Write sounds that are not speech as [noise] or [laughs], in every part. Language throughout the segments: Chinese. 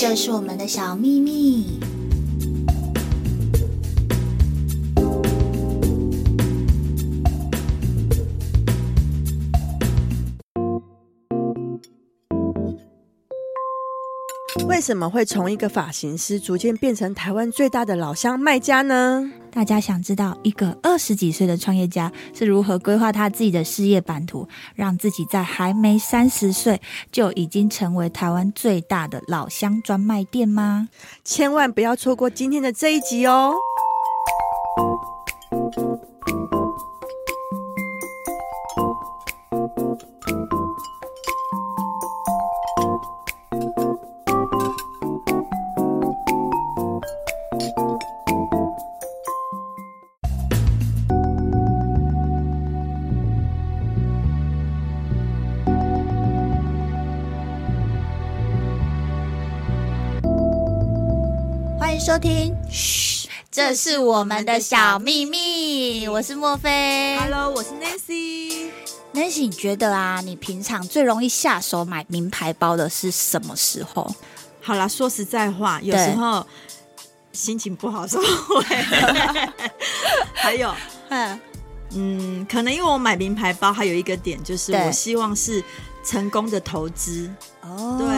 这是我们的小秘密。为什么会从一个发型师逐渐变成台湾最大的老乡卖家呢？大家想知道一个二十几岁的创业家是如何规划他自己的事业版图，让自己在还没三十岁就已经成为台湾最大的老乡专卖店吗？千万不要错过今天的这一集哦！欢迎收听，嘘，这是我们的小秘密。我是莫菲。 Hello，我是 Nancy。 Nancy，你觉得啊，你平常最容易下手买名牌包的是什么时候？好啦，说实在话，有对时候心情不好的时候会， [laughs] 还有嗯，嗯，可能因为我买名牌包，还有一个点就是对我希望是成功的投资。哦对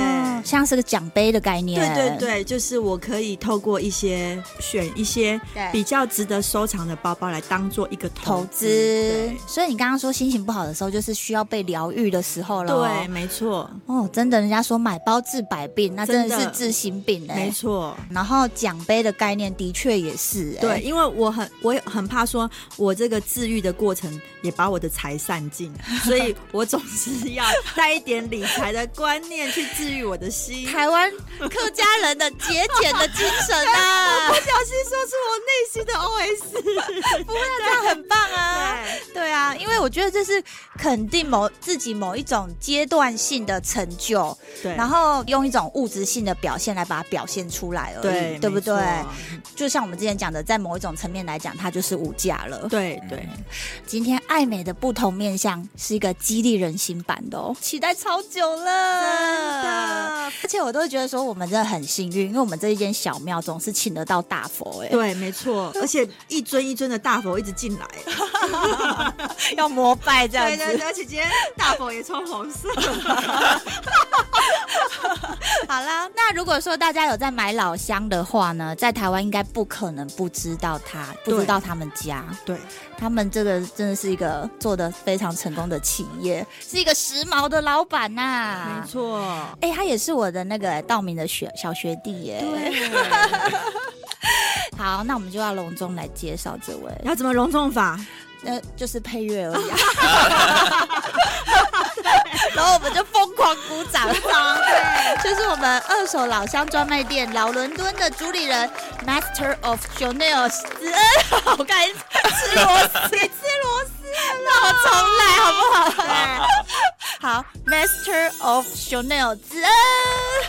像是个奖杯的概念。对对对，就是我可以透过一些选一些对比较值得收藏的包包来当做一个投投资，所以你刚刚说心情不好的时候，就是需要被疗愈的时候对了。对，，没错，哦，真的，人家说买包治百病，那真的真的是治心病嘞、没错。然后奖杯的概念的确也是、哎对，，因为我很我也很怕说，我这个治愈的过程也把我的财散 [laughs] 尽，所以我总是要带一点理财的观念去治愈我的心。台湾客家人的节俭的精神 [laughs] 啊，小心说出我内心的 OS。这样很棒啊。对对啊，因为我觉得这是肯定某自己某一种阶段性的成就， [laughs] 对，然后用一种物质性的表现来把它表现出来而已，对对不对？没错就像我们之前讲的，在某一种层面来讲，它就是无价了。对对，今天爱美的不同面向是一个激励人心版的哦，期待超久嗯了。而且我都会觉得说，我们真的很幸运，因为我们这一间小庙总是请得到大佛、哎，对，没错，而且一尊一尊的大佛一直进来，要膜拜这样对子。对对，而且今天大佛也穿红色，好啦，那如果说大家有在买老乡的话呢，在台湾应该不可能不知道他，不知对道他们家， [laughs] 对，他们这个真的是一个做的非常成功的企业，是一个时髦的老板呐、没错， [laughs] 哎、他也是我的那个道明的学小学弟耶。对，好，那我们就要隆重来介绍这位，要怎么隆重法？那就是配乐而已、啊。 [laughs] 然后我们就疯狂鼓掌，就是我们二手老乡专卖店老伦敦的主理人 Master of Chanel 史恩，我刚才吃螺丝，吃螺丝，那我重来好不好？ [laughs] 好，Master of Chanel 子恩，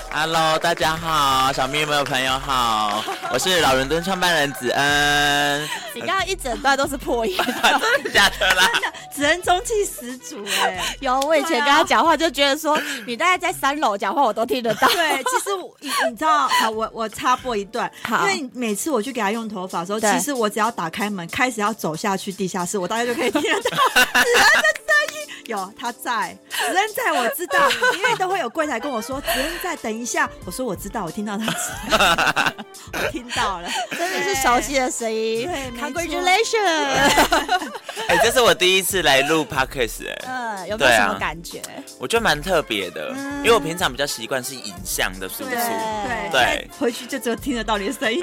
Hello，大家好，小咪们朋友 [laughs] 好，我是老伦敦创办人子恩，你刚刚一整段都是破音。。真的假的啦？子恩中气十足哎有，我以前跟他讲话就觉得说，啊你大概在三楼讲话我都听得到。对，其实我你你知道，好，我我插播一段，好因为每次我去给他用头发的时候，对其实我只要打开门，开始要走下去地下室，我大概就可以听得到子恩的声音。有他在，子恩在，我知道，因为都会有柜台跟我说子恩在，等一下，我说我知道，我听到他声音，我听到了，真的是熟悉的声音对没错，Congratulations！哎、这是我第一次来录 podcast 哎、嗯，有没有对啊什么感觉？我觉得蛮特别的，嗯因为我平常比较习惯是影像的输对出，对对，回去就只有听得到你的声音。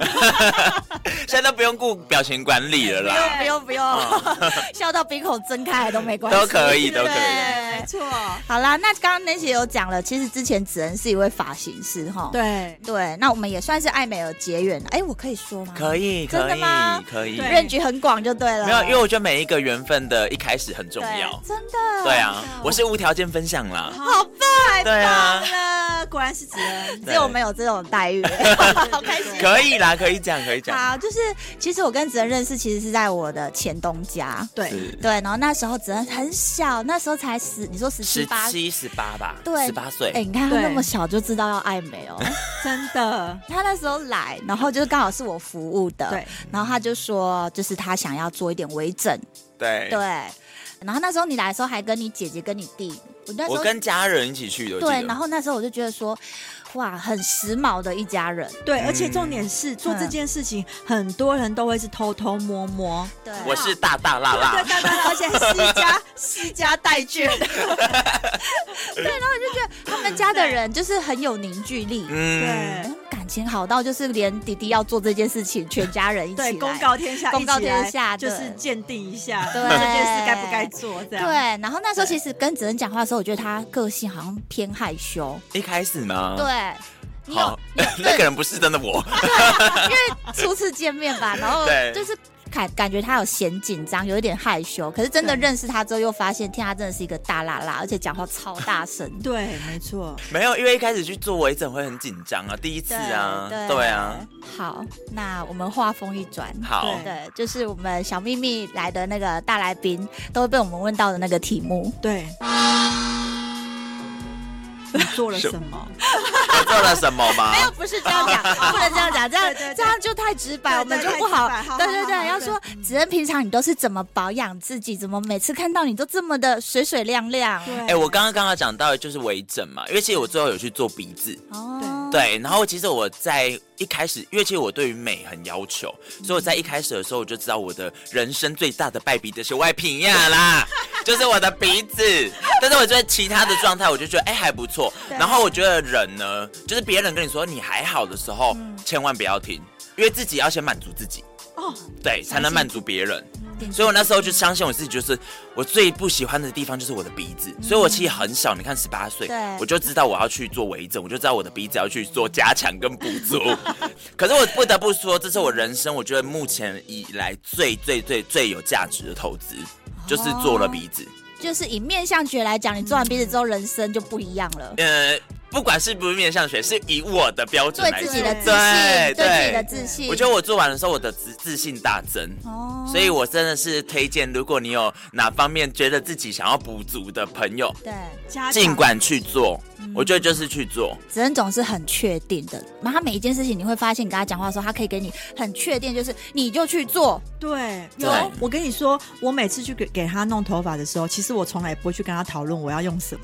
现在都不用顾表情管理了啦，不用不用不用，嗯 [laughs] 笑到鼻孔睁开来都没关系，都可以都可以对没错，好啦，那刚刚 Nancy 有讲了，其实之前子恩是一位发型师哈。对对，那我们也算是爱美而结缘了。哎，我可以说吗？可以真可的以吗可以，对认知很广就对了。没有，因为我觉得每一个缘分的一开始很重对要，真的。对啊，我是无条件分享啦，好棒哎太对啊棒了！果然是子恩，只有我们有这种待 [laughs] 遇， [laughs] 好开心。可以啦，可以讲，可以讲。好，就是其实我跟子恩认识，其实是在我的前东家。对，是对，然后那时候子恩很小，那时候才十，你说十七十八，七、十八吧，对十八哎、岁。你看他对那么小就知道要爱美哦。 [laughs] 真的，他那时候来，然后就是刚好是我服务的，对，然后他就说，就是他想要做一点微整，对对。然后那时候你来的时候还跟你姐姐跟你弟，我那时我候跟家人一起去的，我记对，得然后那时候我就觉得说，哇，很时髦的一家人，对，而嗯且重点是做这件事情，很多人都会是偷偷摸摸，对，我是大大辣对辣， [laughs] 对对，而 [laughs] 且是一家西家带眷， [laughs] 对，然后我就觉得他们家的人就是很有凝聚力，嗯，对感情好到就是连弟弟要做这件事情，全家人一起来对公告天下，公告一起来天下就对是鉴定一下对这件事该不该做，这对，样然后那时候对其实跟子恩讲话的时候，我觉得他个性好像偏害羞。一开始呢，对，你有嗯好， [laughs] 那个人不是真的我， [laughs] 初次见面吧？然后对就是感感觉他有嫌紧张，有一点害羞。可是真的对认识他之后，又发现天，他啊真的是一个大辣辣，而且讲话超大 [laughs] 声。对，没错，没有，因为一开始去做微整会很紧张啊，第一次啊，对对啊，。好，那我们话锋一转。好，对对，就是我们小秘密来的那个大来宾，都会被我们问到的那个题目。对。你做了什么？我做了什么吗？不是这样讲，不能这样讲，这对对样对这样就太直白，对我们就对不好太直白好。对好对好对，好要对说子恩，平常你都是怎么保养自己？怎么每次看到你都这么的水水亮亮？对，哎、我刚刚刚刚讲到的就是微整嘛，因为其实我最后有去做鼻子，哦，对，然后其实我在一开始，因为其实我对于美很要求，所以我在一开始的时候我就知道我的人生最大的败笔就是外皮呀啦，就是我的鼻子。但是我觉得其他的状态，我就觉得哎、还不错。然后我觉得人呢，就是别人跟你说你还好的时候，千万不要听，因为自己要先满足自己。哦，对，才能满足别人。所以我那时候就相信我自己，就是我最不喜欢的地方就是我的鼻子。所以我其实很小，你看十八嗯岁对，我就知道我要去做微整，我就知道我的鼻子要去做加强跟补 [laughs] 足。可是我不得不说，这是我人生我觉得目前以来最最最最有价值的投资，哦就是做了鼻子。就是以面相学来讲，你做完鼻子之后，人生就不一样了。呃，不管是不是面向学，是以我的标准对来自说己的自对信，对自己的对。自信。我觉得我做完的时候，我的自自信大增。哦所以我真的是推荐，如果你有哪方面觉得自己想要补足的朋友，对，家尽长管去做。我觉得就是去做，子恩总是很确定的。然后他每一件事情，你会发现，你跟他讲话的时候，他可以给你很确定，就是你就去 [laughs] 做。对，有对我跟你说，我每次去给给他弄头发的时候，其实我从来不会去跟他讨论我要用什么，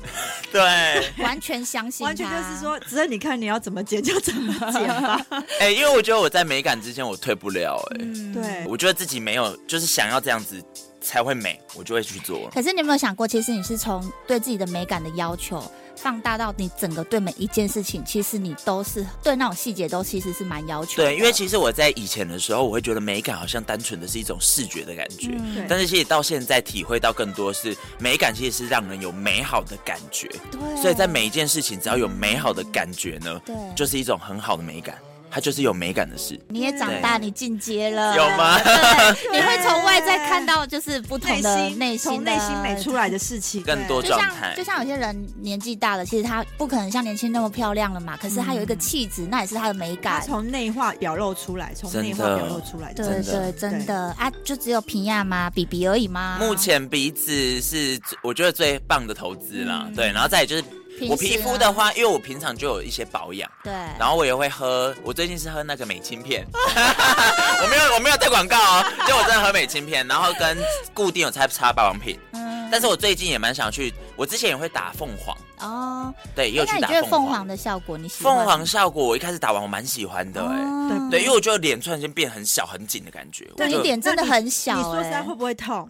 对，完全相信他，完全就是说，只是你看你要怎么剪就怎么剪 [laughs] 吧。 [laughs] 哎、因为我觉得我在美感之前我退不了、哎、嗯对，我觉得自己没有，就是想要这样子才会美，我就会去做。可是你有没有想过，其实你是从对自己的美感的要求放大到你整个对每一件事情，其实你都是对那种细节都其实是蛮要求的。对，因为其实我在以前的时候，我会觉得美感好像单纯的是一种视觉的感觉，嗯对但是其实到现在体会到更多是美感，其实是让人有美好的感觉。对所以在每一件事情，只要有美好的感觉呢，对就是一种很好的美感，它就是有美感的事。你也长大，你进阶了，有吗 [laughs] 对，你会从外在看到就是不同的内心从的内心美出来的事情，更多就状像态就像有些人年纪大了，其实他不可能像年轻那么漂亮了嘛，可是他有一个气质，那也是他的美嗯他感。从内化表露出来，从内化真的表露出来，对真的对，真的啊，就只有平亚吗？比比而已吗？目前鼻子是最我觉得最棒的投资啦，对，然后再来就是嗯平时我皮肤的话，因为我平常就有一些保养，对，然后我也会喝，我最近是喝那个美清 [laughs] 片，我没有我没有带广告哦，就我真的喝美清片，然后跟固定有擦擦保养品，嗯但是我最近也蛮想去，我之前也会打凤凰，哦，对，也有那去你打觉得凤凤凰凰。的效果你喜欢吗？凤凰效果，我一开始打完我蛮喜欢的哎、哦对，因为我觉得脸突然间变很小很紧的感觉，我对你就脸真的很小、嗯欸，你说实在会不会痛？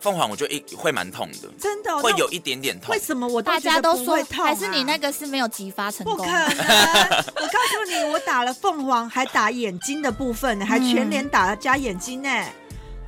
凤凰我就一会蛮痛的，真的哦会那有一点点痛为。什么我都大觉家得都不说会痛啊还是你那个是没有激发成不功可的，能！ [laughs] 我告诉你，我打了凤凰，还打眼睛的部分呢，还全脸打了加眼睛呢。嗯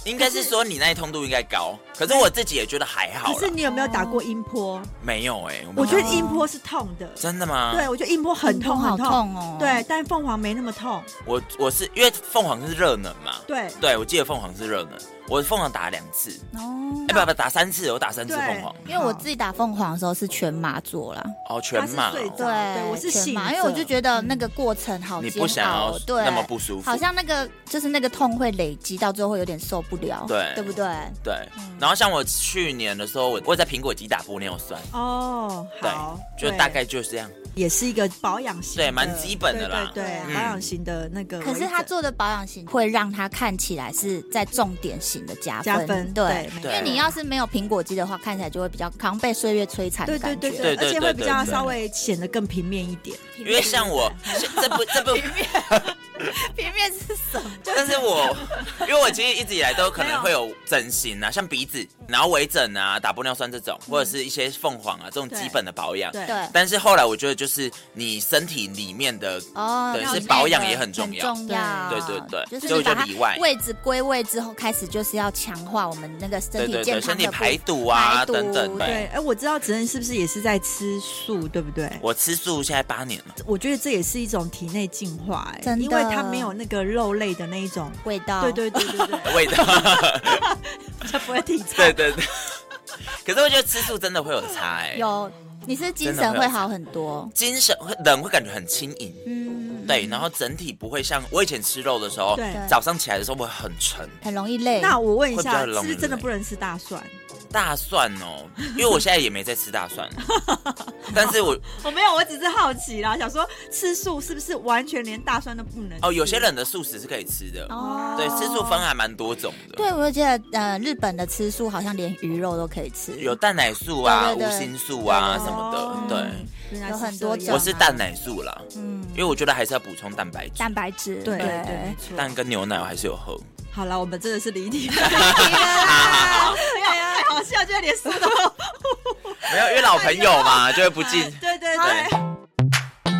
应该是说你那一通度应该高，可是我自己也觉得还好可是啦。你有没有打过音波？没有哎、我没有我觉得音波是痛的，真的吗？对，我觉得硬波很痛好很痛。痛哦。对，但凤凰没那么痛。我我是因为凤凰是热能嘛，对，对我记得凤凰是热能，我凤凰打了两次，哦，哎、不不打三次，我打三次对凤凰，因为我自己打凤凰的时候是全麻做啦。哦全它满是最哦，对，对我是嗯全麻，因醒着为我就觉得那个过程好你煎不想熬要，对，那么不舒服，好像那个就是那个痛会累积到最后会有点受不了，对对不对？对。嗯然后像我去年的时候，我我在苹果肌打玻尿酸，哦，对好，，就对大概就是这样。也是一个保养型的，对蛮基本的啦对对对嗯保养型的那个微可整。是他做的保养型会让他看起来是在重点型的加分，加分，对。没对因为你要是没有苹果肌的话，看起来就会比较扛被岁月摧残的对对感觉。对对对而且会比较对对稍微显得更平面一点。平因面为像我是这部这部， [laughs] 平面是什么？但是 [laughs] 我因为我其实一直以来都可能会有整形啊，像鼻子，然后微整啊，打玻尿酸这种，或者是一些凤凰啊这种对基本的保养。对嗯对，但是后来我觉得就是你身体里面的，哦，对然后是那保个养也很重要重要。对对对对就是所你以我觉把它得里外位置归位之后，开始就是要强化我们那个身对体对健对，康身的体部排毒啊排毒等等。对对，哎，我知道子恩是不是也是在吃素，对不对？我吃素现在八年了，我觉得这也是一种体内净化，哎，真的哦因为它没有那个肉类的那一种。味道。对对对对 [laughs] 对，味道，它不会体对差。对对。可是我觉得吃素真的会有差哎、有，你是精真的神会有会差好很多。精神会人会感觉很轻盈，嗯，对，然后整体不会像我以前吃肉的时候，对早上起来的时候我很沉，很容易累。那我问一会下，比是较不是真的容易不能吃大蒜？大蒜哦，因为我现在也没在吃 [laughs] 大蒜，但是我我没有，我只是好奇啦，想说吃素是不是完全连大蒜都不能？哦，有些人的素食是可以吃的，哦对，吃素分还蛮多种的，对，我就记得，呃，日本的吃素好像连鱼肉都可以吃，嗯有蛋奶素啊、对对无对心素对啊对对什么哦的，对。原来有是很多这种样我是蛋奶素啦，嗯，因为我觉得还是要补充蛋白质，蛋白质，对对对，没错。蛋跟牛奶我还是有喝。好了，我们真的是离题了，哎呀，太好笑，居然连素都没有，因为老朋友 [laughs] 嘛，就会不进。对对对对。，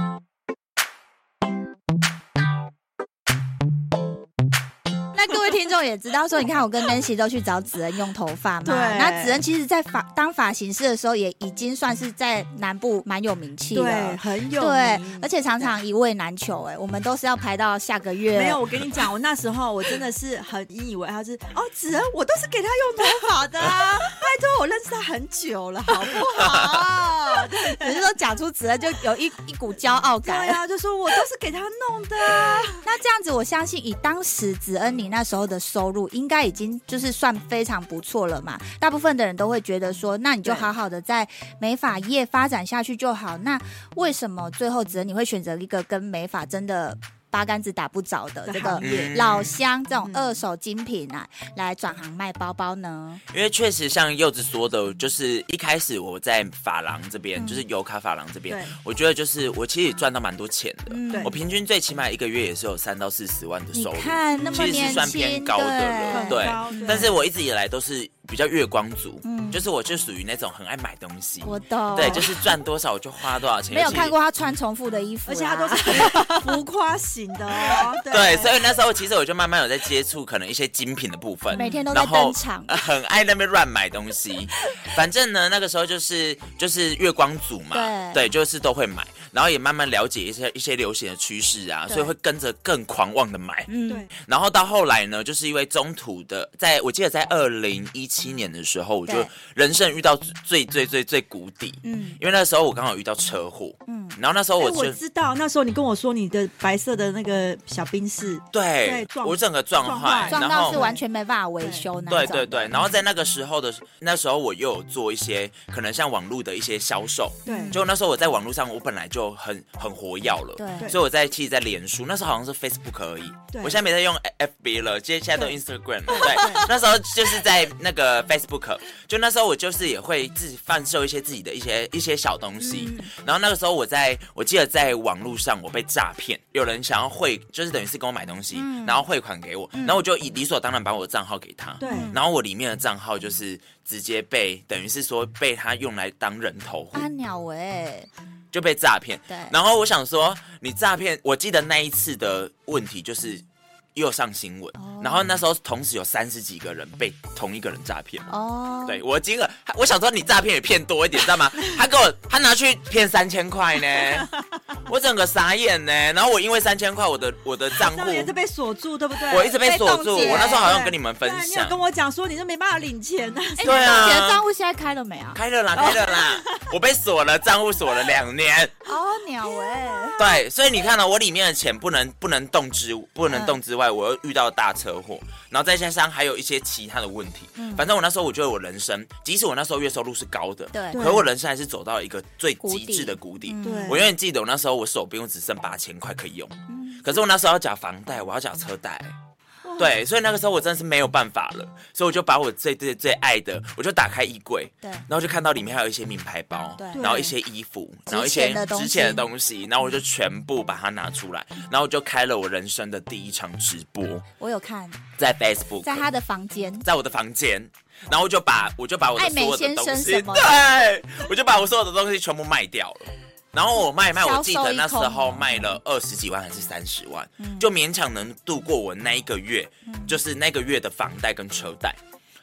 那各位听众也知道说，你看我跟 Nancy 都去找子恩用头发嘛，对那子恩其实，在发当发型师的时候，也已经算是在南部蛮有名气对，了。很有对名，而且常常一位难求哎、我们都是要排到下个月。没有，我跟你讲，我那时候我真的是很引以为他是哦，子恩，我都是给他用头发的、啊，拜托，我认识他很久了，好不好？有时候讲出子恩就有一一股骄傲对啊感。呀、就说我都是给他弄的、啊，那这样子，我相信以当时子恩你那时候的收入，应该已经就是算非常不错了嘛。大部分的人都会觉得说，那你就对好好的在美发业发展下去就好。那为什么最后子恩你会选择一个跟美发真的八竿子打不着的这这行个业？嗯老乡这种二手精品啊，来转行卖包包呢？因为确实像柚子说的，就是一开始我在发廊这边，嗯就是油卡发廊这边对，我觉得就是我其实也赚到蛮多钱的。对我平均最起码一个月也是有三到四十万的你收入，看那么其实年是算偏轻，高的了对，很高对对。但是我一直以来都是比较月光族，嗯就是我就属于那种很爱买东西，我懂。对，就是赚多少我就花多少钱，没有尤其看过他穿重复的衣服啦，啊而且他都是浮夸型的哦，对对，所以那时候其实我就慢慢有在接触可能一些精品的部分，每天都在嗯然后呃啊登场很爱那边乱买东西。反正呢，那个时候就是就是月光族嘛，对就是都会买，然后也慢慢了解一些一些流行的趋势啊，对所以会跟着更狂妄的买。嗯对然后到后来呢，就是因为中途的，在我记得在二零一七年的时候，我就对人生遇到最最最最谷底，嗯因为那时候我刚好遇到车祸，嗯然后那时候哎哦我就、我知道那时候你跟我说你的白色的那个小冰室，对对，撞我整个撞撞坏坏，撞然到后是完全没办法维修那嗯对种对对，然后在那个时候的那时候，我又有做一些可能像网络的一些销售，嗯对，就那时候我在网络上，我本来就很很活跃了，对所以我在其实，在脸书那时候好像是 Facebook 而已，对我现在没在用 FB 了，现在现在都对 Instagram 了，对，那时候就是在那个 Facebook，就那时候我就是也会自己贩售一些自己的一些一些小东西，然后那个时候我在我记得在网络上我被诈骗，有人想要汇，就是等于是跟我买东西，然后汇款给我，然后我就以理所当然把我的账号给他，对然后我里面的账号就是直接被等于是说被他用来当人头户。啊鸟喂、就被诈骗。对然后我想说，你诈骗，我记得那一次的问题就是又上新闻，哦然后那时候同时有三十几个人被同一个人诈骗。哦，对我惊了， [laughs] 我想说你诈骗也骗多一点，知道吗？他给我他拿去骗三千块呢，我整个傻眼呢。然后我因为三千块，我的我的账户上也是被锁住，对不对？我一直被锁被住。冻结我那时候好像对跟你们分对你有享跟，我讲说，你就没办法领钱啊。哎，你对啊冻结的账户现在开了没啊？开了啦，开了啦，哦我被锁了，账户锁了两年。哦，鸟哎，对，所以你看呢、我里面的钱不能不能动之不能动之外，我又遇到大车祸，然后再加上还有一些其他的问题。反正我那时候我觉得我人生，即使我那时候月收入是高的，对嗯可我人生还是走到一个最谷极致底的谷底。对我永远记得我那时候我手边我只剩八千块可以用，嗯可是我那时候要缴房贷，我要缴车贷。对，所以那个时候我真的是没有办法了，所以我就把我最最最爱的，我就打开衣柜，对然后就看到里面还有一些名牌包，对然后一些衣服，值然后一钱些的东值钱的西东西，然后我就全部把它拿出来，然后我就开了我人生的第一场直播，我有看，在 Facebook，在他的房间，在我的房间，然后我就把我就把我的爱美所有的先东生西，什么的对，我就把我所有的东西全部卖掉了。然后我卖卖，销售我记得那时一空嗯候吗卖了二十几万还是三十万，就勉强能度过我那一个月，嗯就是那个月的房贷跟车贷。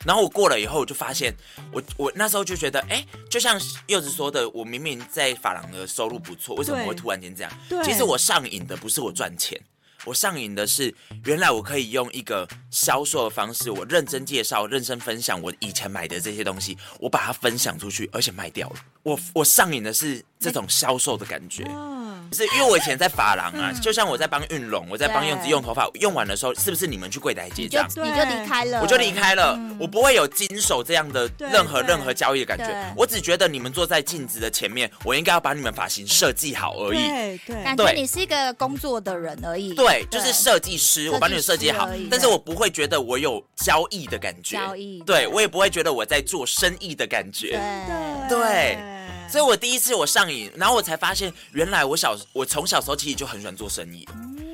然后我过了以后，我就发现，我我那时候就觉得，哎，就像柚子说的，我明明在发廊的收入不错，为什么对会突然间这样？对其实我上瘾的不是我赚钱，我上瘾的是，原来我可以用一个销售的方式，我认真介绍、认真分享我以前买的这些东西，我把它分享出去，而且卖掉了。我我上瘾的是这种销售的感觉。嗯，是因为我以前在发廊啊，就像我在帮运龙，我在帮嗯对柚子用头发，用完的时候，是不是你们去柜台结你就嗯账？你就离开了，我就离。开了，我不会有经手这样的对任何对任何交易的感觉对。我只觉得你们坐在镜子的前面，我应该要把你们发型设计好而已。对对感觉对你是一个工作的人而已，对，就是设计师，我帮你们设计好设计师而已，但是我不会觉得我有交易的感觉，交易对我也不会觉得我在做生意的感对觉。对对，所以我第一次我上瘾，然后我才发现，原来我小我从小时候其实就很喜欢做生意，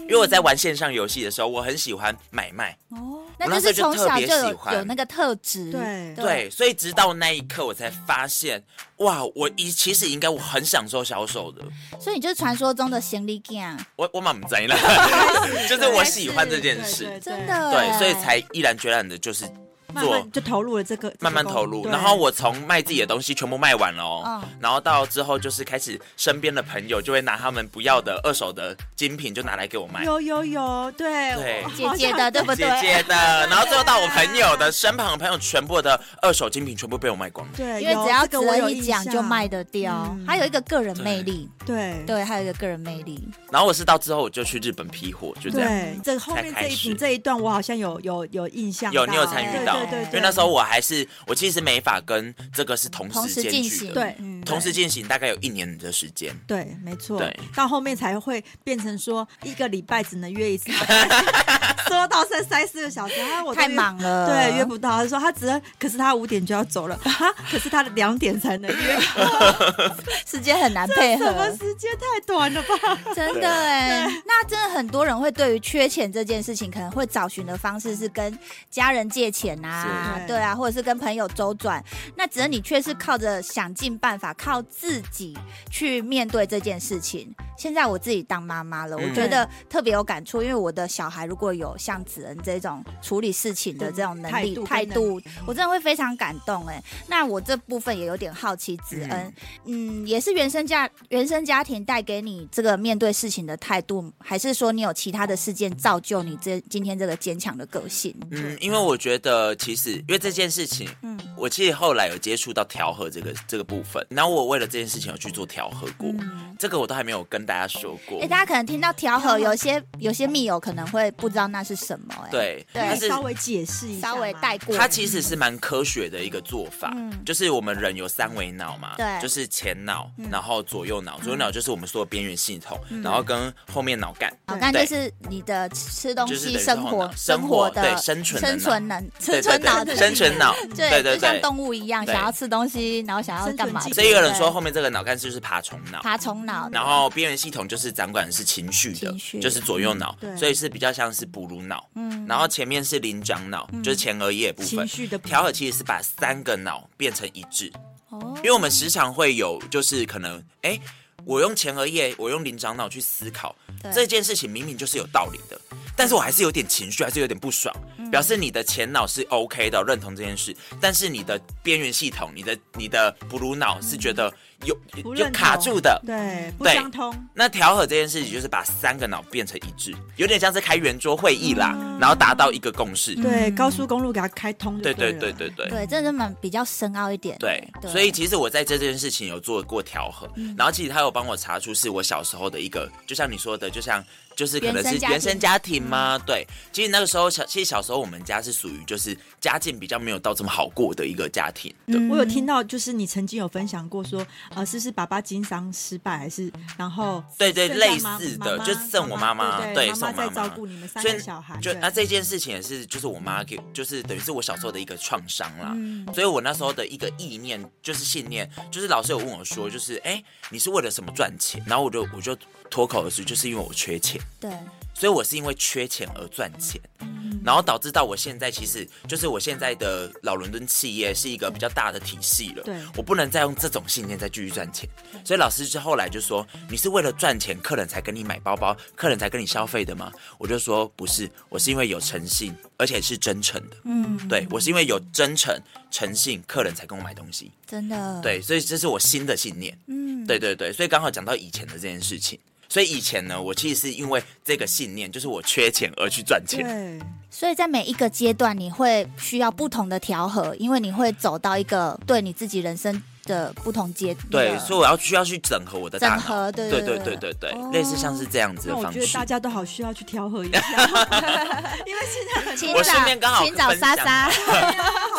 因为我在玩线上游戏的时候，我很喜欢买卖，哦那我那就时候是就从小特就别有喜欢有那个特质，对对，所以直到那一刻我才发现，哇，我一其实应该我很享受销售的，所以你就是传说中的行李 g 我我满不在了，就是我喜欢这件对事，真的对哎，所以才毅然决然的就是慢做慢就投入了这个，慢慢投入，然后我从卖自己的东西全部卖完了哦，嗯然后到之后就是开始身边的朋友就会拿他们不要的二手的精品就拿来给我卖，有有有，对对姐姐的，对不姐对？姐的， [laughs] 然后最后到我朋友的身旁的朋友全部的二手精品全部被我卖光了，对，因为只要只跟我有一讲就卖得掉嗯，还有一个个人魅力，对对，还有一个个人魅力，然后我是到之后我就去日本批货，就这样。对，这后面这才开一始你这一段我好像有有有印象到，有你有参与到，对对对，因为那时候我还是我其实没法跟这个是同同时时进间去行的，对，嗯同时进行大概有一年的时间，对，没错。对到后面才会变成说一个礼拜只能约一 [laughs] 次，说到剩三四个小时，啊，我都太约忙了对，约不到。他说他只能，可是他五点就要走了，啊，可是他的两点才能约，时间很难 [laughs] 配什么合，时间太短了吧？真的哎。那真的很多人会对于缺钱这件事情，可能会找寻的方式是跟家人借钱啊是，对啊，或者是跟朋友周转。那只是你却是靠着想尽办法，靠自己去面对这件事情。现在我自己当妈妈了，我嗯觉得特别有感触，因为我的小孩如果有像子恩这种处理事情的这种能力对态态度跟度，我真的会非常感动哎。那我这部分也有点好奇，子恩，嗯，也是原生家原生家庭带给你这个面对事情的态度，还是说你有其他的事件造就你这今天这个坚强的个性？嗯，因为我觉得其实因为这件事情，嗯嗯，我其实后来有接触到调和这个这个部分，然后我为了这件事情有去做调和过，嗯这个我都还没有跟大家说过嗯哎、，大家可能听到调和，有些有些密友可能会不知道那是什么、哎，对，对但可以是稍微解释一下吗，稍微带过。嗯它其实是蛮科学的一个做法，就是我们人有三维脑嘛，对嗯就是前脑，然后左右脑，左右脑就是我们说的边缘系统，然后跟后面脑干，好，那对就是你的吃东就是西、等于生活、生活的对生存的生存能、生对存对脑对的生存脑，对对，对就像对。动物一样，对想要吃东西，然后想要干嘛生存？技所以有人说后面这个脑干就是爬虫脑，爬虫脑，然后边缘系统就是掌管的是情绪的，情绪嗯就是左右脑，对所以是比较像是哺乳脑。嗯，然后前面是灵长脑，就是前额叶部嗯情分。绪的部分调和其实是把三个脑变成一致，哦因为我们时常会有就是可能哎。诶我用前额叶，我用灵长脑去思考对这件事情，明明就是有道理的，但是我还是有点情绪，还是有点不爽，嗯表示你的前脑是 OK 的，认同这件事，但是你的边缘系统、你的你的哺乳脑是觉得有嗯不就认卡同住的。对，不对相通。那调和这件事情，就是把三个脑变成一致，有点像是开圆桌会议啦，嗯然后达到一个共识。对，嗯高速公路给它开通就对对了对对对。对，真的蛮比较深奥一点。对，啊所以其实我在这件事情有做过调和，嗯然后其实他有帮我查出是我小时候的一个，就像你说的，就像就是可能原生是家庭原生家庭嘛，嗯对。其实那个时候小，其实小时候我们家是属于就是家境比较没有到这么好过的一个家庭，对。嗯我有听到，就是你曾经有分享过说，呃，是不是爸爸经商失败，还是然后对对剩下类妈似妈的妈就剩我妈妈对对妈剩妈我在妈妈照顾你们三所以个小孩，就啊对那这件事情也是，就是我妈给，就是等于是我小时候的一个创伤嗯啦。嗯所以我那时候的一个意念就是信念，就是老师有问我说，就是哎、你是为了什么赚钱？然后我就我就脱口而出，就是因为我缺钱，对，所以我是因为缺钱而赚钱。然后导致到我现在，其实就是我现在的老伦敦企业是一个比较大的体系了。对我不能再用这种信念再继续赚钱。所以老师之后来就说：“你是为了赚钱，客人才跟你买包包，客人才跟你消费的吗？”我就说：“不是，我是因为有诚信，而且是真诚的。嗯，对我是因为有真诚、诚信，客人才跟我买东西。真嗯的，对，所以这是我新的信念。嗯，对对对，所以刚好讲到以前的这件事情。所以以前呢，我其实是因为这个信念，就是我缺钱而去赚钱。对所以在每一个阶段，你会需要不同的调和，因为你会走到一个对你自己人生的不同阶段。对，所以我要需要去整合我的大整脑，合，对对对对对对对，类似像是这样哦子那的我方觉得式大。家都好需要去调和一下， [laughs] 因为现在很请我找身边刚好请找分莎享莎，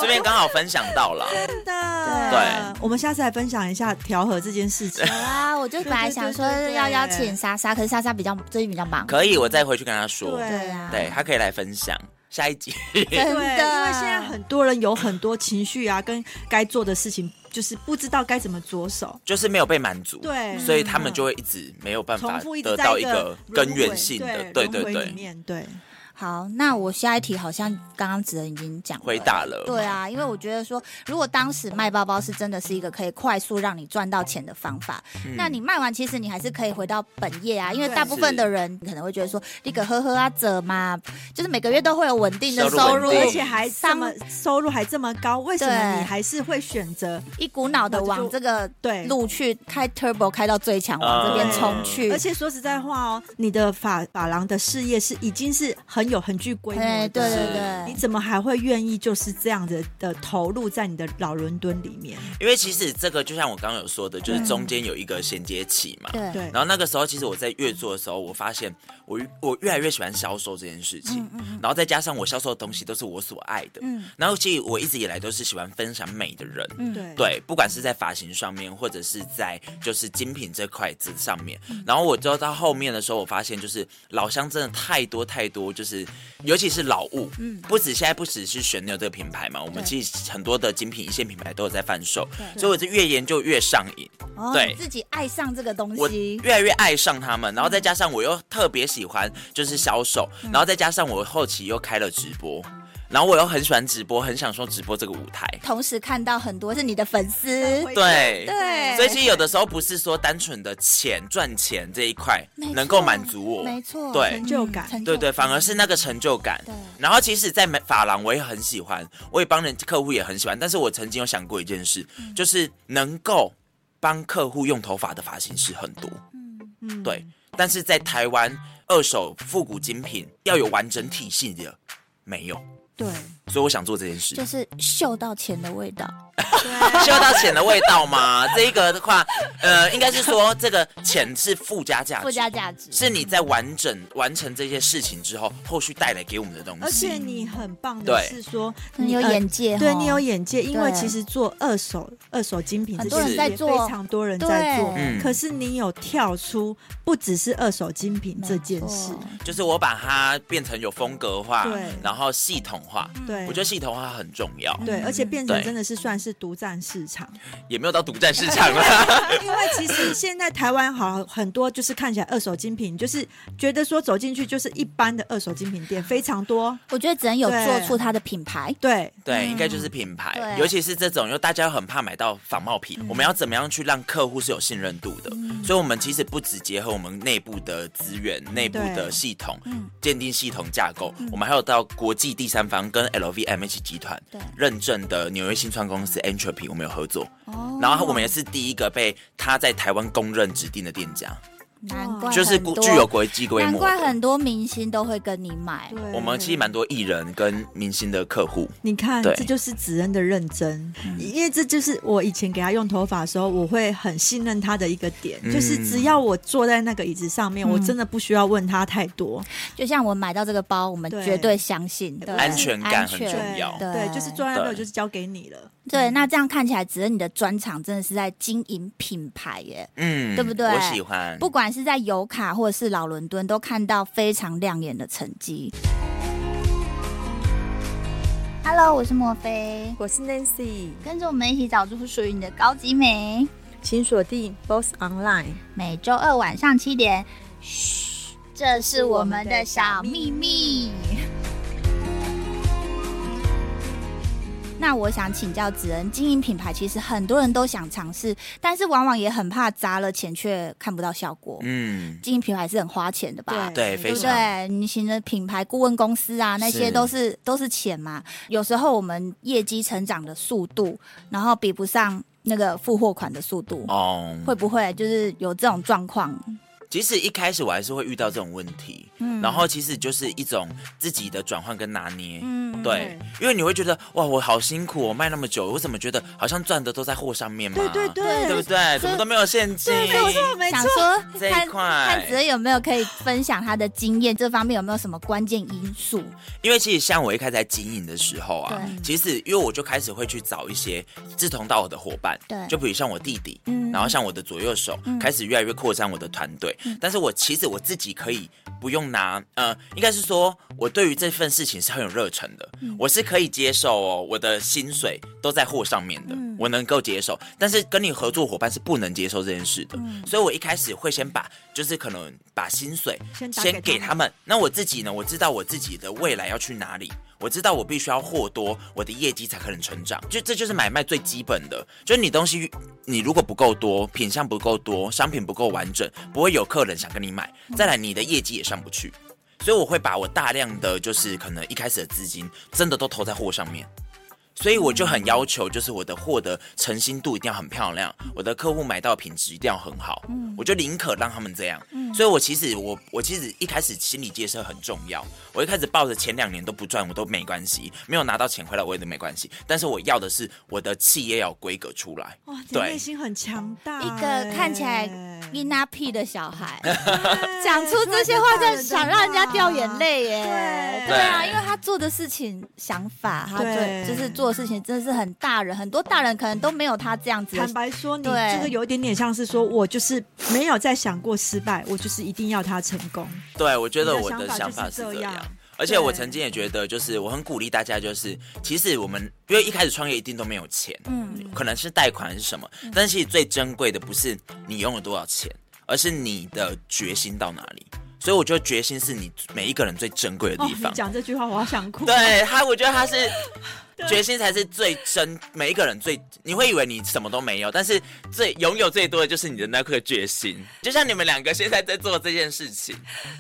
这边刚好分享到 [laughs] 了，真的，对，我们下次来分享一下调和这件事情。有啊，我就本来想说对对对对对要邀请莎莎，可是莎莎比较最近比较忙，可以，我再回去跟他说，对啊对他可以来分享下一集。 [laughs] 真的，对，因为现在很多人有很多情绪啊，跟该做的事情，就是不知道该怎么着手。就是没有被满足，对嗯所以他们就会一直没有办重法复一直得在到一个根源性的，对对轮回里对，面对，好，那我下一题好像刚刚子仁已经讲了回。答了，对啊，因为我觉得说，如果当时卖包包是真的是一个可以快速让你赚到钱的方法，嗯那你卖完其实你还是可以回到本业啊，因为对大部分的人可能会觉得说，你可呵呵啊，者嘛，就是每个月都会有稳定的收收入入，稳定而且还这么收入还这么高，为什么对你还是会选择一股脑的往这个对路去开 turbo 开到最强，往这边啊冲去，而且说实在话哦，你的法法郎的事业是已经是很有很具规模哎，的，对对是你对，怎么还会愿意就是这样的的投入在你的老伦敦里面？因为其实这个就像我刚刚有说的，就是中间有一个衔接期嘛，对对，然后那个时候，其实我在越做的时候，我发现我越我越来越喜欢销售这件事情。然后再加上我销售的东西都是我所爱的。嗯然后其实我一直以来都是喜欢分享美的人。对对，不管是在发型上面，或者是在就是精品这块子上面，然后我知道到后面的时候，我发现就是老乡真的太多太多，就是尤其是老物，嗯，不止现在不只是玄牛这个品牌嘛，我们对其实很多的精品一线品牌都有在贩售，对所以我就越研究越上瘾，哦对，自己爱上这个东我西，越来越爱上他们，然后再加上我又特别喜欢就是销售，然后再加上我后期又开了直播，然后我又很喜欢直播，很享受直播这个舞台。同时看到很多是你的粉丝，对，对，所以其实有的时候不是说单纯的钱赚钱这一块没错能够满足我，没错，对嗯成就感成对对，反而是那个成就感对。然后其实，在美发廊我也很喜欢，我也帮人客户也很喜欢。但是我曾经有想过一件事，嗯就是能够帮客户用头发的发型师很多，嗯，对。但是在台湾，二手复古精品要有完整体系的没有，对所以我想做这件事就。是嗅到钱的味道，嗅到钱的味道吗？这一个的话，呃，应该是说这个钱是附加价值，附加价值。是你在完整完成这些事情之后，后续带来给我们的 [laughs] 东而西。且你很棒的对是说你有呃眼界哦，对你有眼界，因为对其实做二手二手精品，很多人在做非常多人在做对嗯。可是你有跳出不只是二手精品这件事没，错就是我把它变成有风格化对，然后系统化。对，我觉得系统化很重要，嗯对，而且变成对真的是算是独占市场，也没有到独占市场了。 [laughs] 因为其实现在台湾好像很多就是看起来二手精品，就是觉得说走进去就是一般的二手精品店非常多，我觉得只能有对做出它的品牌，对，对，应该就是品牌，对尤其是这种，因为大家很怕买到仿冒嗯品，我们要怎么样去让客户是有信任度的？所以，我们其实不只结合我们内部的资源、内部的系统、鉴定系统架嗯构，我们还有到国际第三方跟 LVMH 集团对认证的纽约新创公司 Entropy 我们有合作，哦然后我们也是第一个被他在台湾公认指定的店家，难怪就是很国多具有国际规难模怪的。很多明星都会跟你买对，，我们其实蛮多艺人跟明星的客户，你看，对这就是子恩的认真，嗯因为这就是我以前给他用头发的时候，我会很信任他的一个点，嗯就是只要我坐在那个椅子上面，我嗯真的不需要问他太多，就像我买到这个包，我们对绝对相信，对安全感很安全重要对对，就是坐在那对边就是交给你了。对，那这样看起来，只是你的专长真的是在经营品牌耶。嗯，对不对我喜欢。不管是在油卡或者是老伦敦，都看到非常亮眼的成绩。Hello，我是莫菲，我是 Nancy，跟着我们一起找出属于你的高级美。请锁定 Boss Online。每周二晚上七点，嘘，这是我们的小秘密。那我想请教子恩，经营品牌其实很多人都想尝试，但是往往也很怕砸了钱却看不到效果。嗯，经营品牌是很花钱的吧？对对，非不常。对？你请的品牌顾问公司啊，那些是都是都是钱嘛。有时候我们业绩成长的速度，然后比不上那个付货款的速度。哦，会不会就是有这种状况？其实一开始我还是会遇到这种问题，嗯然后其实就是一种自己的转换跟拿捏，嗯，对，因为你会觉得哇，我好辛苦、哦，我卖那么久，我怎么觉得好像赚的都在货上面嘛？对对对对不对？怎么都没有现金？没想说这一看块看子恩有没有可以分享他的经验，这方面有没有什么关键因素？因为其实像我一开始在经营的时候啊，其实因为我就开始会去找一些志同道合的伙伴，对就比如像我弟弟，嗯然后像我的左右手，开始越来越扩张我的团队。嗯但是我其实我自己可以不用拿，呃，应该是说我对于这份事情是很有热忱的，嗯我是可以接受哦，我的薪水都在货上面的，嗯我能够接受。但是跟你合作伙伴是不能接受这件事的，嗯所以我一开始会先把，就是可能把薪水先打先给给他们他们。那我自己呢？我知道我自己的未来要去哪里，我知道我必须要货多，我的业绩才可能成长。就这就是买卖最基本的，就是你东西你如果不够多，品相不够多，商品不够完整，不会有客人想跟你买。嗯再来，你的业绩也上不去。所以我会把我大量的就是可能一开始的资金，真的都投在货上面。所以我就很要求，就是我的货的诚信度一定要很漂亮，我的客户买到的品质一定要很好。嗯我就宁可让他们这样。所以我其实我我其实一开始心理建设很重要。我一开始抱着前两年都不赚我都没关系，没有拿到钱回来我也都没关系。但是我要的是我的企业要有规格出来。哇，你对内心很强大欸，一个看起来伊娜屁的小孩对讲出这些话，真的想让人家掉眼。泪耶。对对啊，对因为他做的事情、想法，他对对就是做的事情，真的是很大人，很多大人可能都没有他这样子的坦白说，你对这个有一点点像是说，我就是没有在想过失败，我就是一定要他成功。对，我觉得你的我的想想法法是就是这这样样。而且我对曾经也觉得，就是我很鼓励大家，就是其实我们因为一开始创业一定都没有钱，嗯，可能是贷款还是什么，但是其实最珍贵的不是你拥有多少钱，而是你的决心到哪里。所以我觉得决心是你每一个人最珍贵的哦，地你方。讲这句话，我好想哭。对他，我觉得他是决心才是最真，每一个人最你会以为你什么都没有，但是最拥有最多的就是你的那颗决心。就像你们两个现在在做这件事情，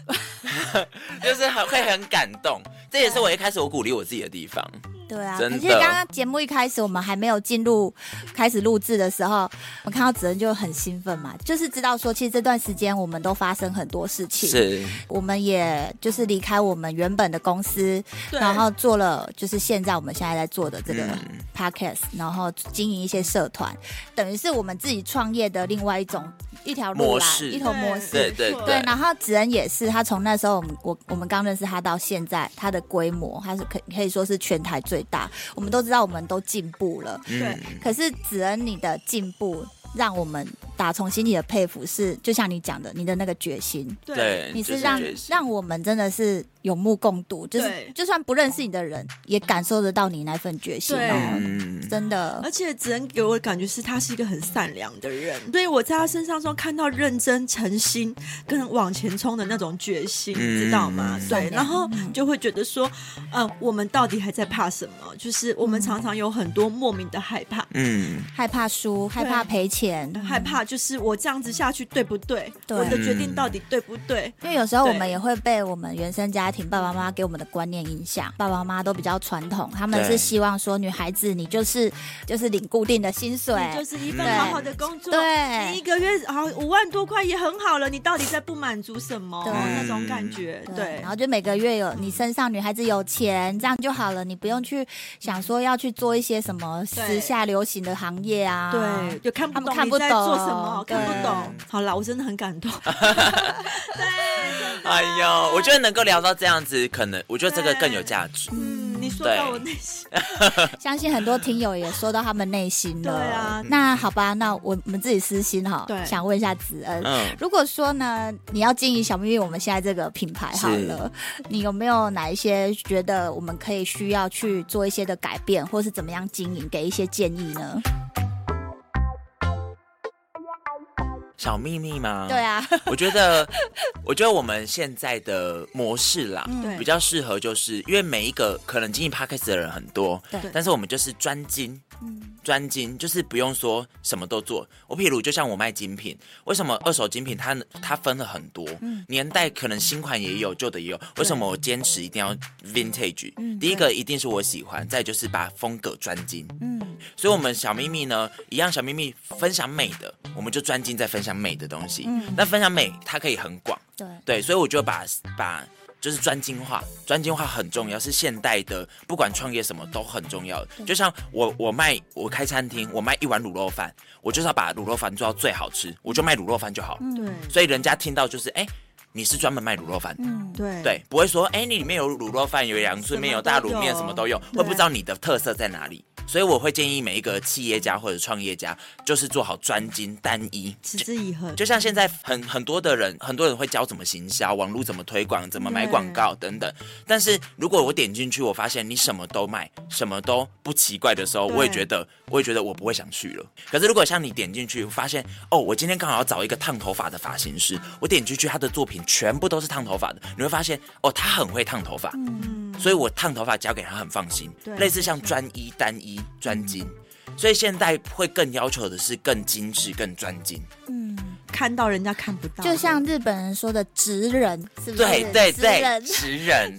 [laughs] 就是很会很感动。这也是我一开始我鼓励我自己的地方。对啊，可真的是刚刚节目一开始，我们还没有进入开始录制的时候，我看到子恩就很兴奋嘛，就是知道说，其实这段时间我们都发生很多事情，，是，我们也就是离开我们原本的公司，然后做了就是现在我们现在在做的这个嗯 podcast，、然后经营一些社团，等于是我们自己创业的另外一种一条路模啦，式一头模式，对对对，然后子恩也是，他从那时候我们我我们刚认识他到现在，他的规模他是可可以说是全台最大。我们都知道我们都进步了，嗯，可是子恩你的进步让我们打从心底的佩服是，就像你讲的，你的那个决心，对，你就是让决心让我们真的是有目共睹，就是对就算不认识你的人也感受得到你那份决心哦，嗯，真的而。且只能给我的感觉是，他是一个很善良的人，所以我在他身上中看到认真、诚心跟往前冲的那种决心，嗯知道吗？善对，良然后就会觉得说，嗯、我们到底还在怕什么？就是我们常常有很多莫名的害怕，嗯，害怕输，害怕赔钱，害怕怕，就是我这样子下去对不对？对我的决定到底对不对？因为有时候我们对也会被我们原生家庭爸爸妈妈给我们的观念影响，爸爸妈妈都比较传统，他们是对希望说女孩子你就是就是领固定的薪水，你就是一份对好好的工作，对你一个月好像五万多块也很好了，你到底在不满足什么？对那种感觉，对然。后就每个月有你身上女孩子有钱，这样就好了，你不用去想说要去做一些什么时对下流行的行业啊。对，就看不他们懂看你不在做懂什么，看对不懂。好啦，我真的很感动。哎呦，我觉得能够聊到这样子，可能我觉得这个更有价值。嗯，你说对到我内心，相信很多听友也说到他们内心了。对啊那好吧，那我我们自己私心哈，对想问一下子恩，嗯，如果说呢，你要经营小秘密，我们现在这个品牌好了，你有没有哪一些觉得我们可以需要去做一些的改变，或是怎么样经营，给一些建议呢？小秘密吗？对 [laughs] 啊，我觉得，我觉得我们现在的模式啦，对比较适合，就是因为每一个可能经营 podcast 的人很多，对但是我们就是专精。专精就是不用说什么都做。我譬如就像我卖精品，为什么二手精品它它分了很多，年代可能新款也有，旧的也有。为什么我坚持一定要 vintage？、第一个一定是我喜欢，再就是把风格专精。嗯所以，我们小秘密呢，一样小秘密分享美的，我们就专精在分享美的东西。那分享美，它可以很广，对，对，所以我就把把就是专精化，专精化很重要，是现代的，不管创业什么都很重要。嗯就像我我卖我开餐厅，我卖一碗卤肉饭，我就是要把卤肉饭做到最好吃，我就卖卤肉饭就好了。嗯对所以人家听到就是，哎、你是专门卖卤肉饭的。嗯对对，不会说，哎、你里面有卤肉饭，有洋嗯什春么面，有都大卤面，有什么都有，对会不知道你的特色在哪里。所以我会建议每一个企业家或者创业家，就是做好专精单一。持之以恒。就像现在很很多的人，很多人会教怎么行销，网络怎么推广，怎么买广告等等。但是如果我点进去，我发现你什么都卖，什么都不奇怪的时候，对我也觉得，我也觉得我不会想去了。可是如果像你点进去，发现哦，我今天刚好要找一个烫头发的发型师，我点进去他的作品全部都是烫头发的，你会发现哦，他很会烫头发，所以我烫头发交给他很放心嗯对，嗯类似像专一、单一、专精。所以现在会更要求的是更精致、更专精。看到人家看不嗯到，就像日本人说的“直人”，是不是？对对直嗯人 [laughs] 对，直人，嗯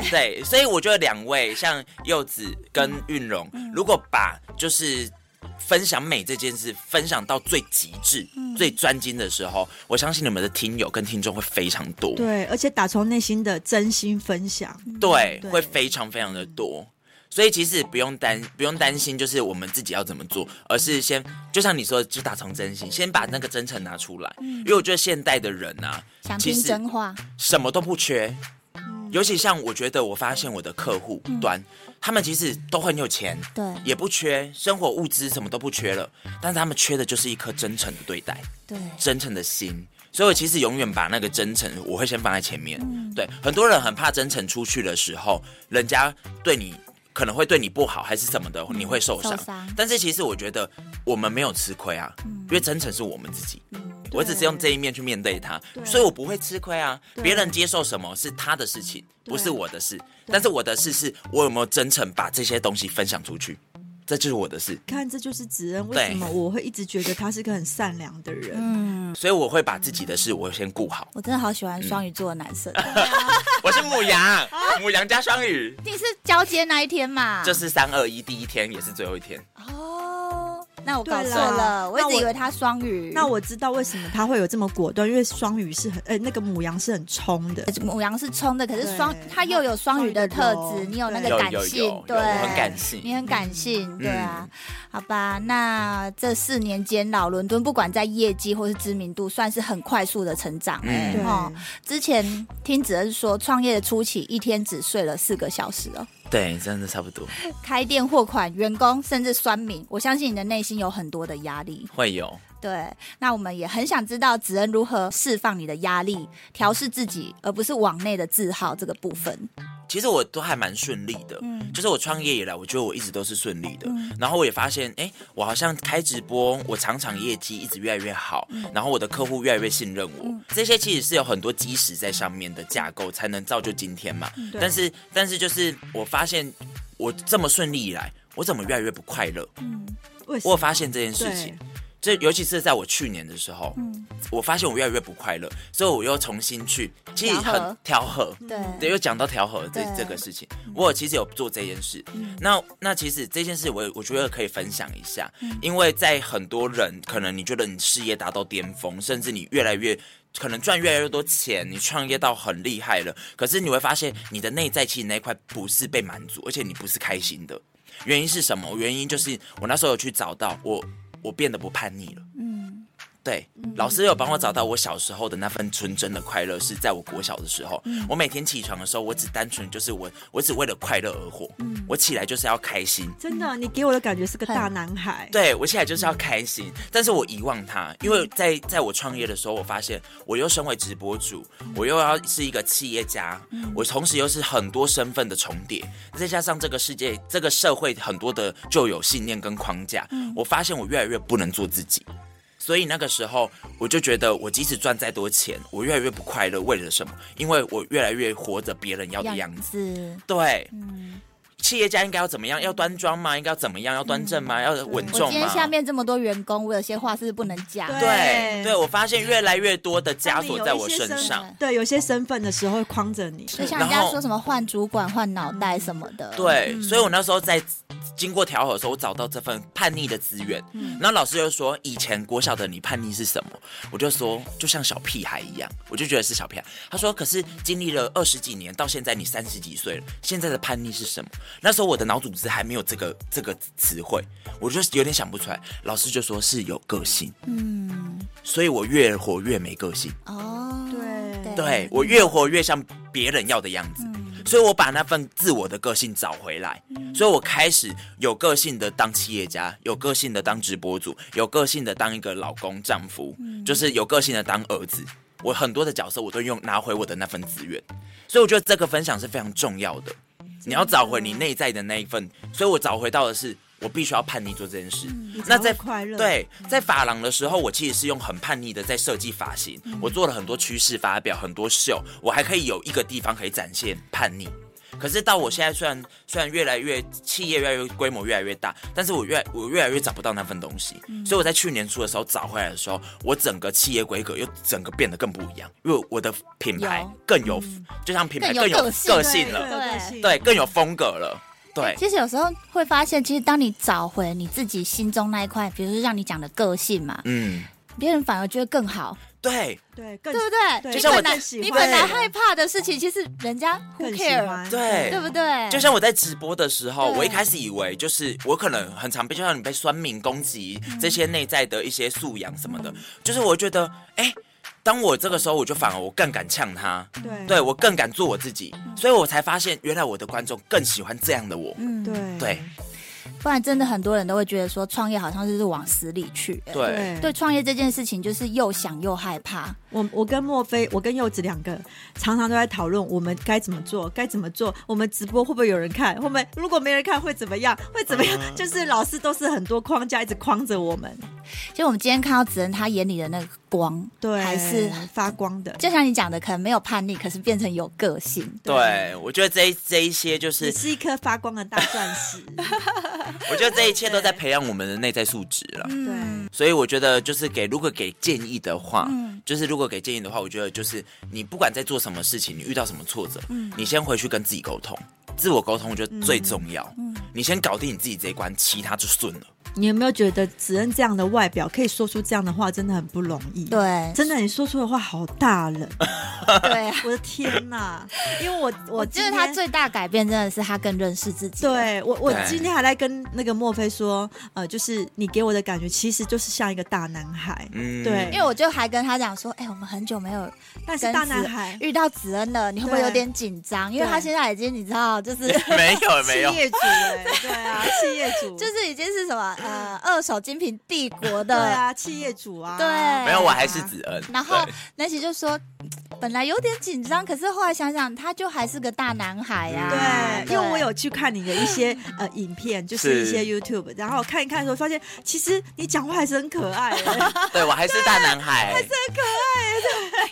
对对，所以我觉得两位像柚子跟韵荣，如果把就是分享美这件事分享到最极致、最专精的时候，我相信你们的听友跟听众会非常多，对，而且打从内心的真心分享，对，对会非常非常的多。所以其实不用担不用担心，就是我们自己要怎么做，而是先就像你说的，就打从真心，先把那个真诚拿出来。因为我觉得现代的人啊，想其听实真话，什么都不缺。尤其像我觉得，我发现我的客户嗯端，他们其实都很有钱，对也不缺生活物资，什么都不缺了，但是他们缺的就是一颗真诚的对待，对真诚的心。所以我其实永远把那个真诚，我会先放在前面。嗯对，很多人很怕真诚出去的时候，人家对你可能会对你不好，还是什么的，你会受伤。受伤嗯但是其实我觉得我们没有吃亏啊，因为真诚是我们自己。我只是用这一面去面对它，所以我不会吃亏啊。别人接受什么是他的事情，不是我的事。但是我的事是我有没有真诚把这些东西分享出去，这就是我的事。看这就是子恩为对什么我会一直觉得他是个很善良的人。嗯所以我会把自己的事我先顾好。 [laughs] 我真的好喜嗯欢双鱼座的男生。我是母羊，母羊加双鱼，你是交接那一天嘛？就是三二一第一天，也是最后一天。哦，那我搞对错啦了，我一那直我以为他双鱼。那我知道为什么他会有这么果断，因为双鱼是很，呃，那个母羊是很冲的，母羊是冲的，可是对双它又有双鱼的特双鱼的质，柔你有那个有感有有性有，对，我很感嗯性你很感性，对啊，好吧，那这四年间，老伦敦不管在业绩或是知名度，算是很快速的成长哎、嗯对哦，之前听子恩说，创业的初期一天只睡了四个小时哦，对，真的差不多开店货款、员工甚至酸民，我相信你的内心有很多的压力。会有。对，那我们也很想知道子恩如何释放你的压力，调试自己，而不是往内的自耗这个部分。其实我都还蛮顺利的，嗯就是我创业以来，我觉得我一直都是顺利的。然后我也发现，哎，我好像开直播，我常常业绩一直越来越好，嗯然后我的客户越来越信任我。这些其实是有很多基石在上面的架构，才能造就今天嘛。嗯对但是，但是就是我发现，我这么顺利以来，我怎么越来越不快乐？嗯为什我么？有发现这件事情，这尤其是在我去年的时候，嗯我发现我越来越不快乐，所以我又重新去，其实调很和嗯调和，对，对，又讲到调和这对这个事情，我有其实有做这件事。那那其实这件事我我觉得可以分享一下，因为在很多人可能你觉得你事业达到巅峰，甚至你越来越。可能赚越来越多钱，你创业到很厉害了，可是你会发现你的内在其实那一块不是被满足，而且你不是开心的。原因是什么？原因就是我那时候有去找到我，我变得不叛逆了。对，老师有帮我找到我小时候的那份纯真的快乐，是在我国小的时候。我每天起床的时候，我只单纯就是我，我只为了快乐而活。我起来就是要开心，真的，你给我的感觉是个大男孩。对我起来嗯就是要开心。但是我遗忘它，因为在在我创业的时候，我发现我又身为直播主，我又要是一个企业家，我同时又是很多身份的重叠，再加上这个世界、这个社会很多的旧有信念跟框架，我发现我越来越不能做自己。所以那个时候，我就觉得，我即使赚再多钱，我越来越不快乐。为了什么？因为我越来越活着别人要的样样子。子，对，企业家应该要怎么样？要端庄吗？应该要怎么样？要端正吗？要稳我今重天吗？下面这么多员工，我有些话是不是不能讲？对对对，我发现越来越多的枷锁在我身当你有一些上。对，有些身份的时候会框着你。就像人家然后说什么换主管、换脑袋什么的。，对，所以我那时候在经过调和的时候，我找到这份叛逆的资源。然后老师就说，以前国小的你叛逆是什么？我就说，就像小屁孩一样，我就觉得是小屁孩。他说，可是经历了二十几年，到现在你三十几岁了，现在的叛逆是什么？那时候我的脑组织还没有这个这个词汇，我就有点想不出来。老师就说是有个性，嗯，所以我越活越没个性。哦，对对我越活越像别人要的样子，所以我把那份自我的个性找回来，所以我开始有个性的当企业家，有个性的当直播主，有个性的当一个老公、丈夫，就是有个性的当儿子。我很多的角色我都用拿回我的那份资源，所以我觉得这个分享是非常重要的。你要找回你内在的那一份，所以我找回到的是我必须要叛逆做这件事。嗯你才那会在快乐嗯对，在发廊的时候，我其实是用很叛逆的在设计发型，我做了很多趋势发表，很多秀，我还可以有一个地方可以展现叛逆。可是到我现在，虽然虽然越来越企业越来越规模越来越大，但是我越我越来越找不到那份东西，嗯所以我在去年初的时候找回来的时候，我整个企业规格又整个变得更不一样，因为我的品牌有嗯更有，就像品牌更有更有个性个性了，对哎对，更有风格了，对。其实有时候会发现，其实当你找回你自己心中那一块，比如说像你讲的个性嘛，嗯，别人反而觉得更好，对对，更对不对？对你就像我本来更喜欢嗯你本来害怕的事情，其实人家 who 更喜 care，欢。对对不对？就像我在直播的时候，对我一开始以为就是我可能很常被，就像你被酸民攻击嗯这些内在的一些素养什么的，就是我觉得，哎、当我这个时候，我就反而我更敢呛他，对对我更敢做我自己，所以我才发现原来我的观众更喜欢这样的我，嗯，对对不然真的很多人都会觉得说创业好像就是往死里去。哎对对，创业这件事情就是又想又害怕。我我跟莫非，我跟柚子两个常常都在讨论我们该怎么做，该怎么做。我们直播会不会有人看？会不会如果没人看会怎么样？会怎么样？啊就是老师都是很多框架一直框着我们，其实我们今天看到子恩他眼里的那个光，对，还是发光的。就像你讲的，可能没有叛逆，可是变成有个性。对，我觉得这一这一些就你是，是一颗发光的大钻石， [laughs] 我觉得这一切都在培养我们的内在素质了。嗯对，所以我觉得就是给，如果给建议的话，就是如果给建议的话，我觉得就是你不管在做什么事情，你遇到什么挫折，你先回去跟自己沟通，自我沟通我觉得最重要。你先搞定你自己这一关，其他就顺了。你有没有觉得子恩这样的外表可以说出这样的话，真的很不容易？，对真的你说出的话好大了，对啊，我的天哪！因为我我我觉得他今天最大改变真的是他更认识自己。，对我，我对今天还在跟那个莫非说，呃，就是你给我的感觉，其实就是像一个大男孩，嗯对因为我就还跟他讲说，哎、我们很久没有但是大男孩遇到子恩了，你会不会对有点紧张？因为对他现在已经你知道， [laughs] 就是没 [laughs] 有没有企，业主、哎，对 [laughs] 啊，企业主，就是已经是什么呃二手精品帝国对的。啊，企业主啊，对没有，我还是子恩。然后对南希就说：“本来有点紧张，可是后来想想，他就还是个大男孩啊。对，因为我有去看你的一些呃影片，就是一些 YouTube，然后看一看的时候发现，其实你讲话还是很可爱、欸，对我还是大男孩，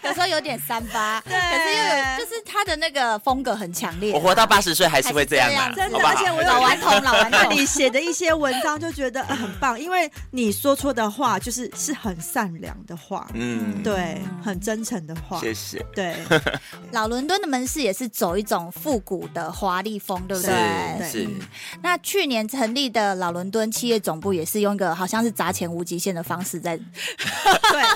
有时候有点三 [laughs] 八，可是又有就是他的那个风格很强烈我。活到八十岁还是会这样啊还是，这真样的好，不好而？且我有老顽童，老顽 [laughs] [laughs] 看童，欸你写的一些文章，就觉得、呃很棒，因为你说出的话就是是很善良的话，嗯，对，很真诚的话，谢谢。 [laughs] 对，老伦敦的门市也是走一种复古的华丽风，对不对？对是是，那去年成立的老伦敦企业总部也是用一个好像是砸钱无极限的方式在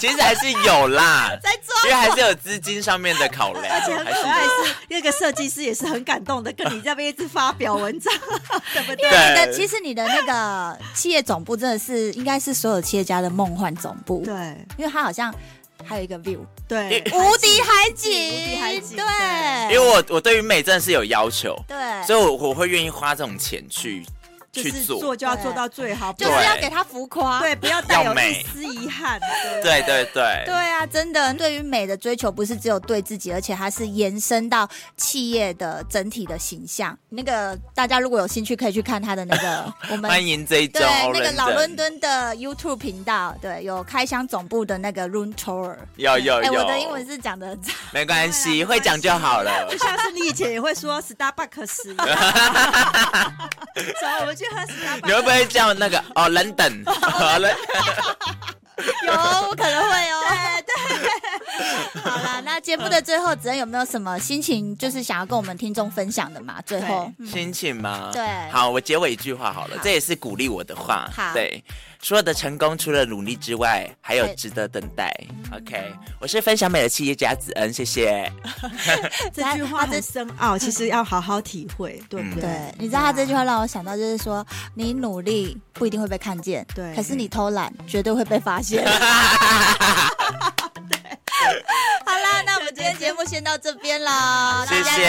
其实还是有 [laughs] 啦，在做。因为还是有资金上面的考 [laughs] 量，而且很还可是爱，是那个设计师也是很感动的，跟你这边一直发表 [laughs] 文章，对不对？你的对，其实你的那个企业总部真的是应该是所有企业家的梦幻总部，对因为它好像还有一个 view 对，无敌海景，无敌海景对，因为我我对于美真的是有要求，对，所以我我会愿意花这种钱去就去是做啊做。就要做到最好，就是要给他浮夸，对，不要带有要一美丝遗憾。对对对对啊，真的，对于美的追求不是只有对自己，而且它是延伸到企业的整体的形象。那个大家如果有兴趣，可以去看他的那个我 [laughs] 们欢迎追踪对那个老伦伦敦敦，的 YouTube 频道，对有开箱总部的那个 Room Tour。有有哎，呃有，我的英文是讲的，没关系，对啊没关会系讲就好了就。像是你以前也会说 Starbucks [laughs] [laughs] 一样，走，我们去喝 Starbucks。你会不会叫那个哦，伦 [laughs] 敦，好了，有我可能 [laughs] 会哦。对对，好啦，那节目的最后，子恩有没有什么心情，就是想要跟我们听众分享的嘛？最后对，心情吗？嗯对好，我结尾一句话好了，这也是鼓励我的话。好对，所有的成功除了努力之外，还有对值得等待。OK，我是分享美的企业家子恩，谢谢。这句话很深嗯奥，哦其实要好好体会，对不对对？，你知道他这句话让我想到，就是说你努力不一定会被看见，对可是你偷懒绝对会被发 [laughs] 现。好啦，那我们今天节目先到这边了，谢大家谢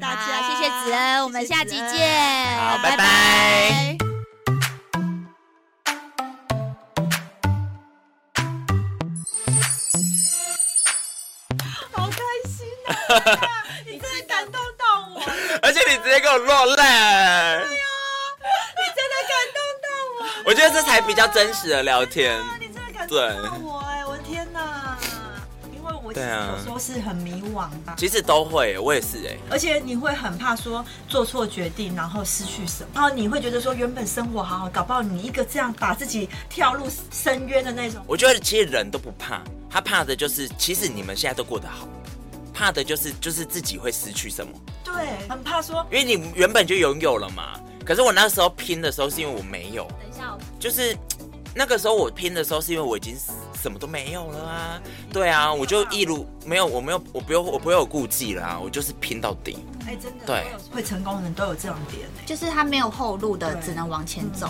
大家好谢谢子恩，我们下期见，好拜拜好开心 [laughs] 啊！你真的感动到我，你真而且你直接给我落泪。的感动到我。我觉得这才比较真实的聊天。你真的感动到我哎、我的天哪！因为我其实对啊有时候是很迷惘吧，其实都会，我也是哎、而且你会很怕说做错决定，然后失去什么，然后你会觉得说原本生活好好，搞不好你一个这样把自己跳入深渊的那种。我觉得其实人都不怕，他怕的就是，其实你们现在都过得好，怕的就是就是自己会失去什么，对，很怕说因为你原本就拥有了嘛。可是我那时候拼的时候是因为我没有，等一下，就是嘖那个时候我拼的时候是因为我已经什么都没有了啊。对啊，我就一如没有，我没有，我不用，我不会有顾忌啦，我就是拼到底。哎、真的，对会成功的人都有这种点哎、就是他没有后路的，对只能往前走。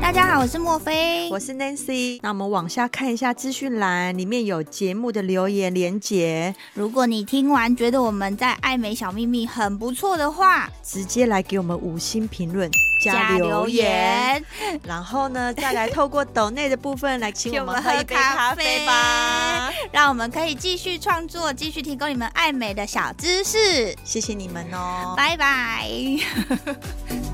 大家好，我是莫菲，我是 Nancy。那我们往下看一下资讯栏，里面有节目的留言连结，如果你听完觉得我们在爱美小秘密很不错的话，直接来给我们五星评论加留言，。然后呢，再来透过抖内的部分来请我们喝一杯咖 [laughs] 啡吧。让我们可以继续创作，继续提供你们爱美的小知识。谢谢你们哦，拜拜。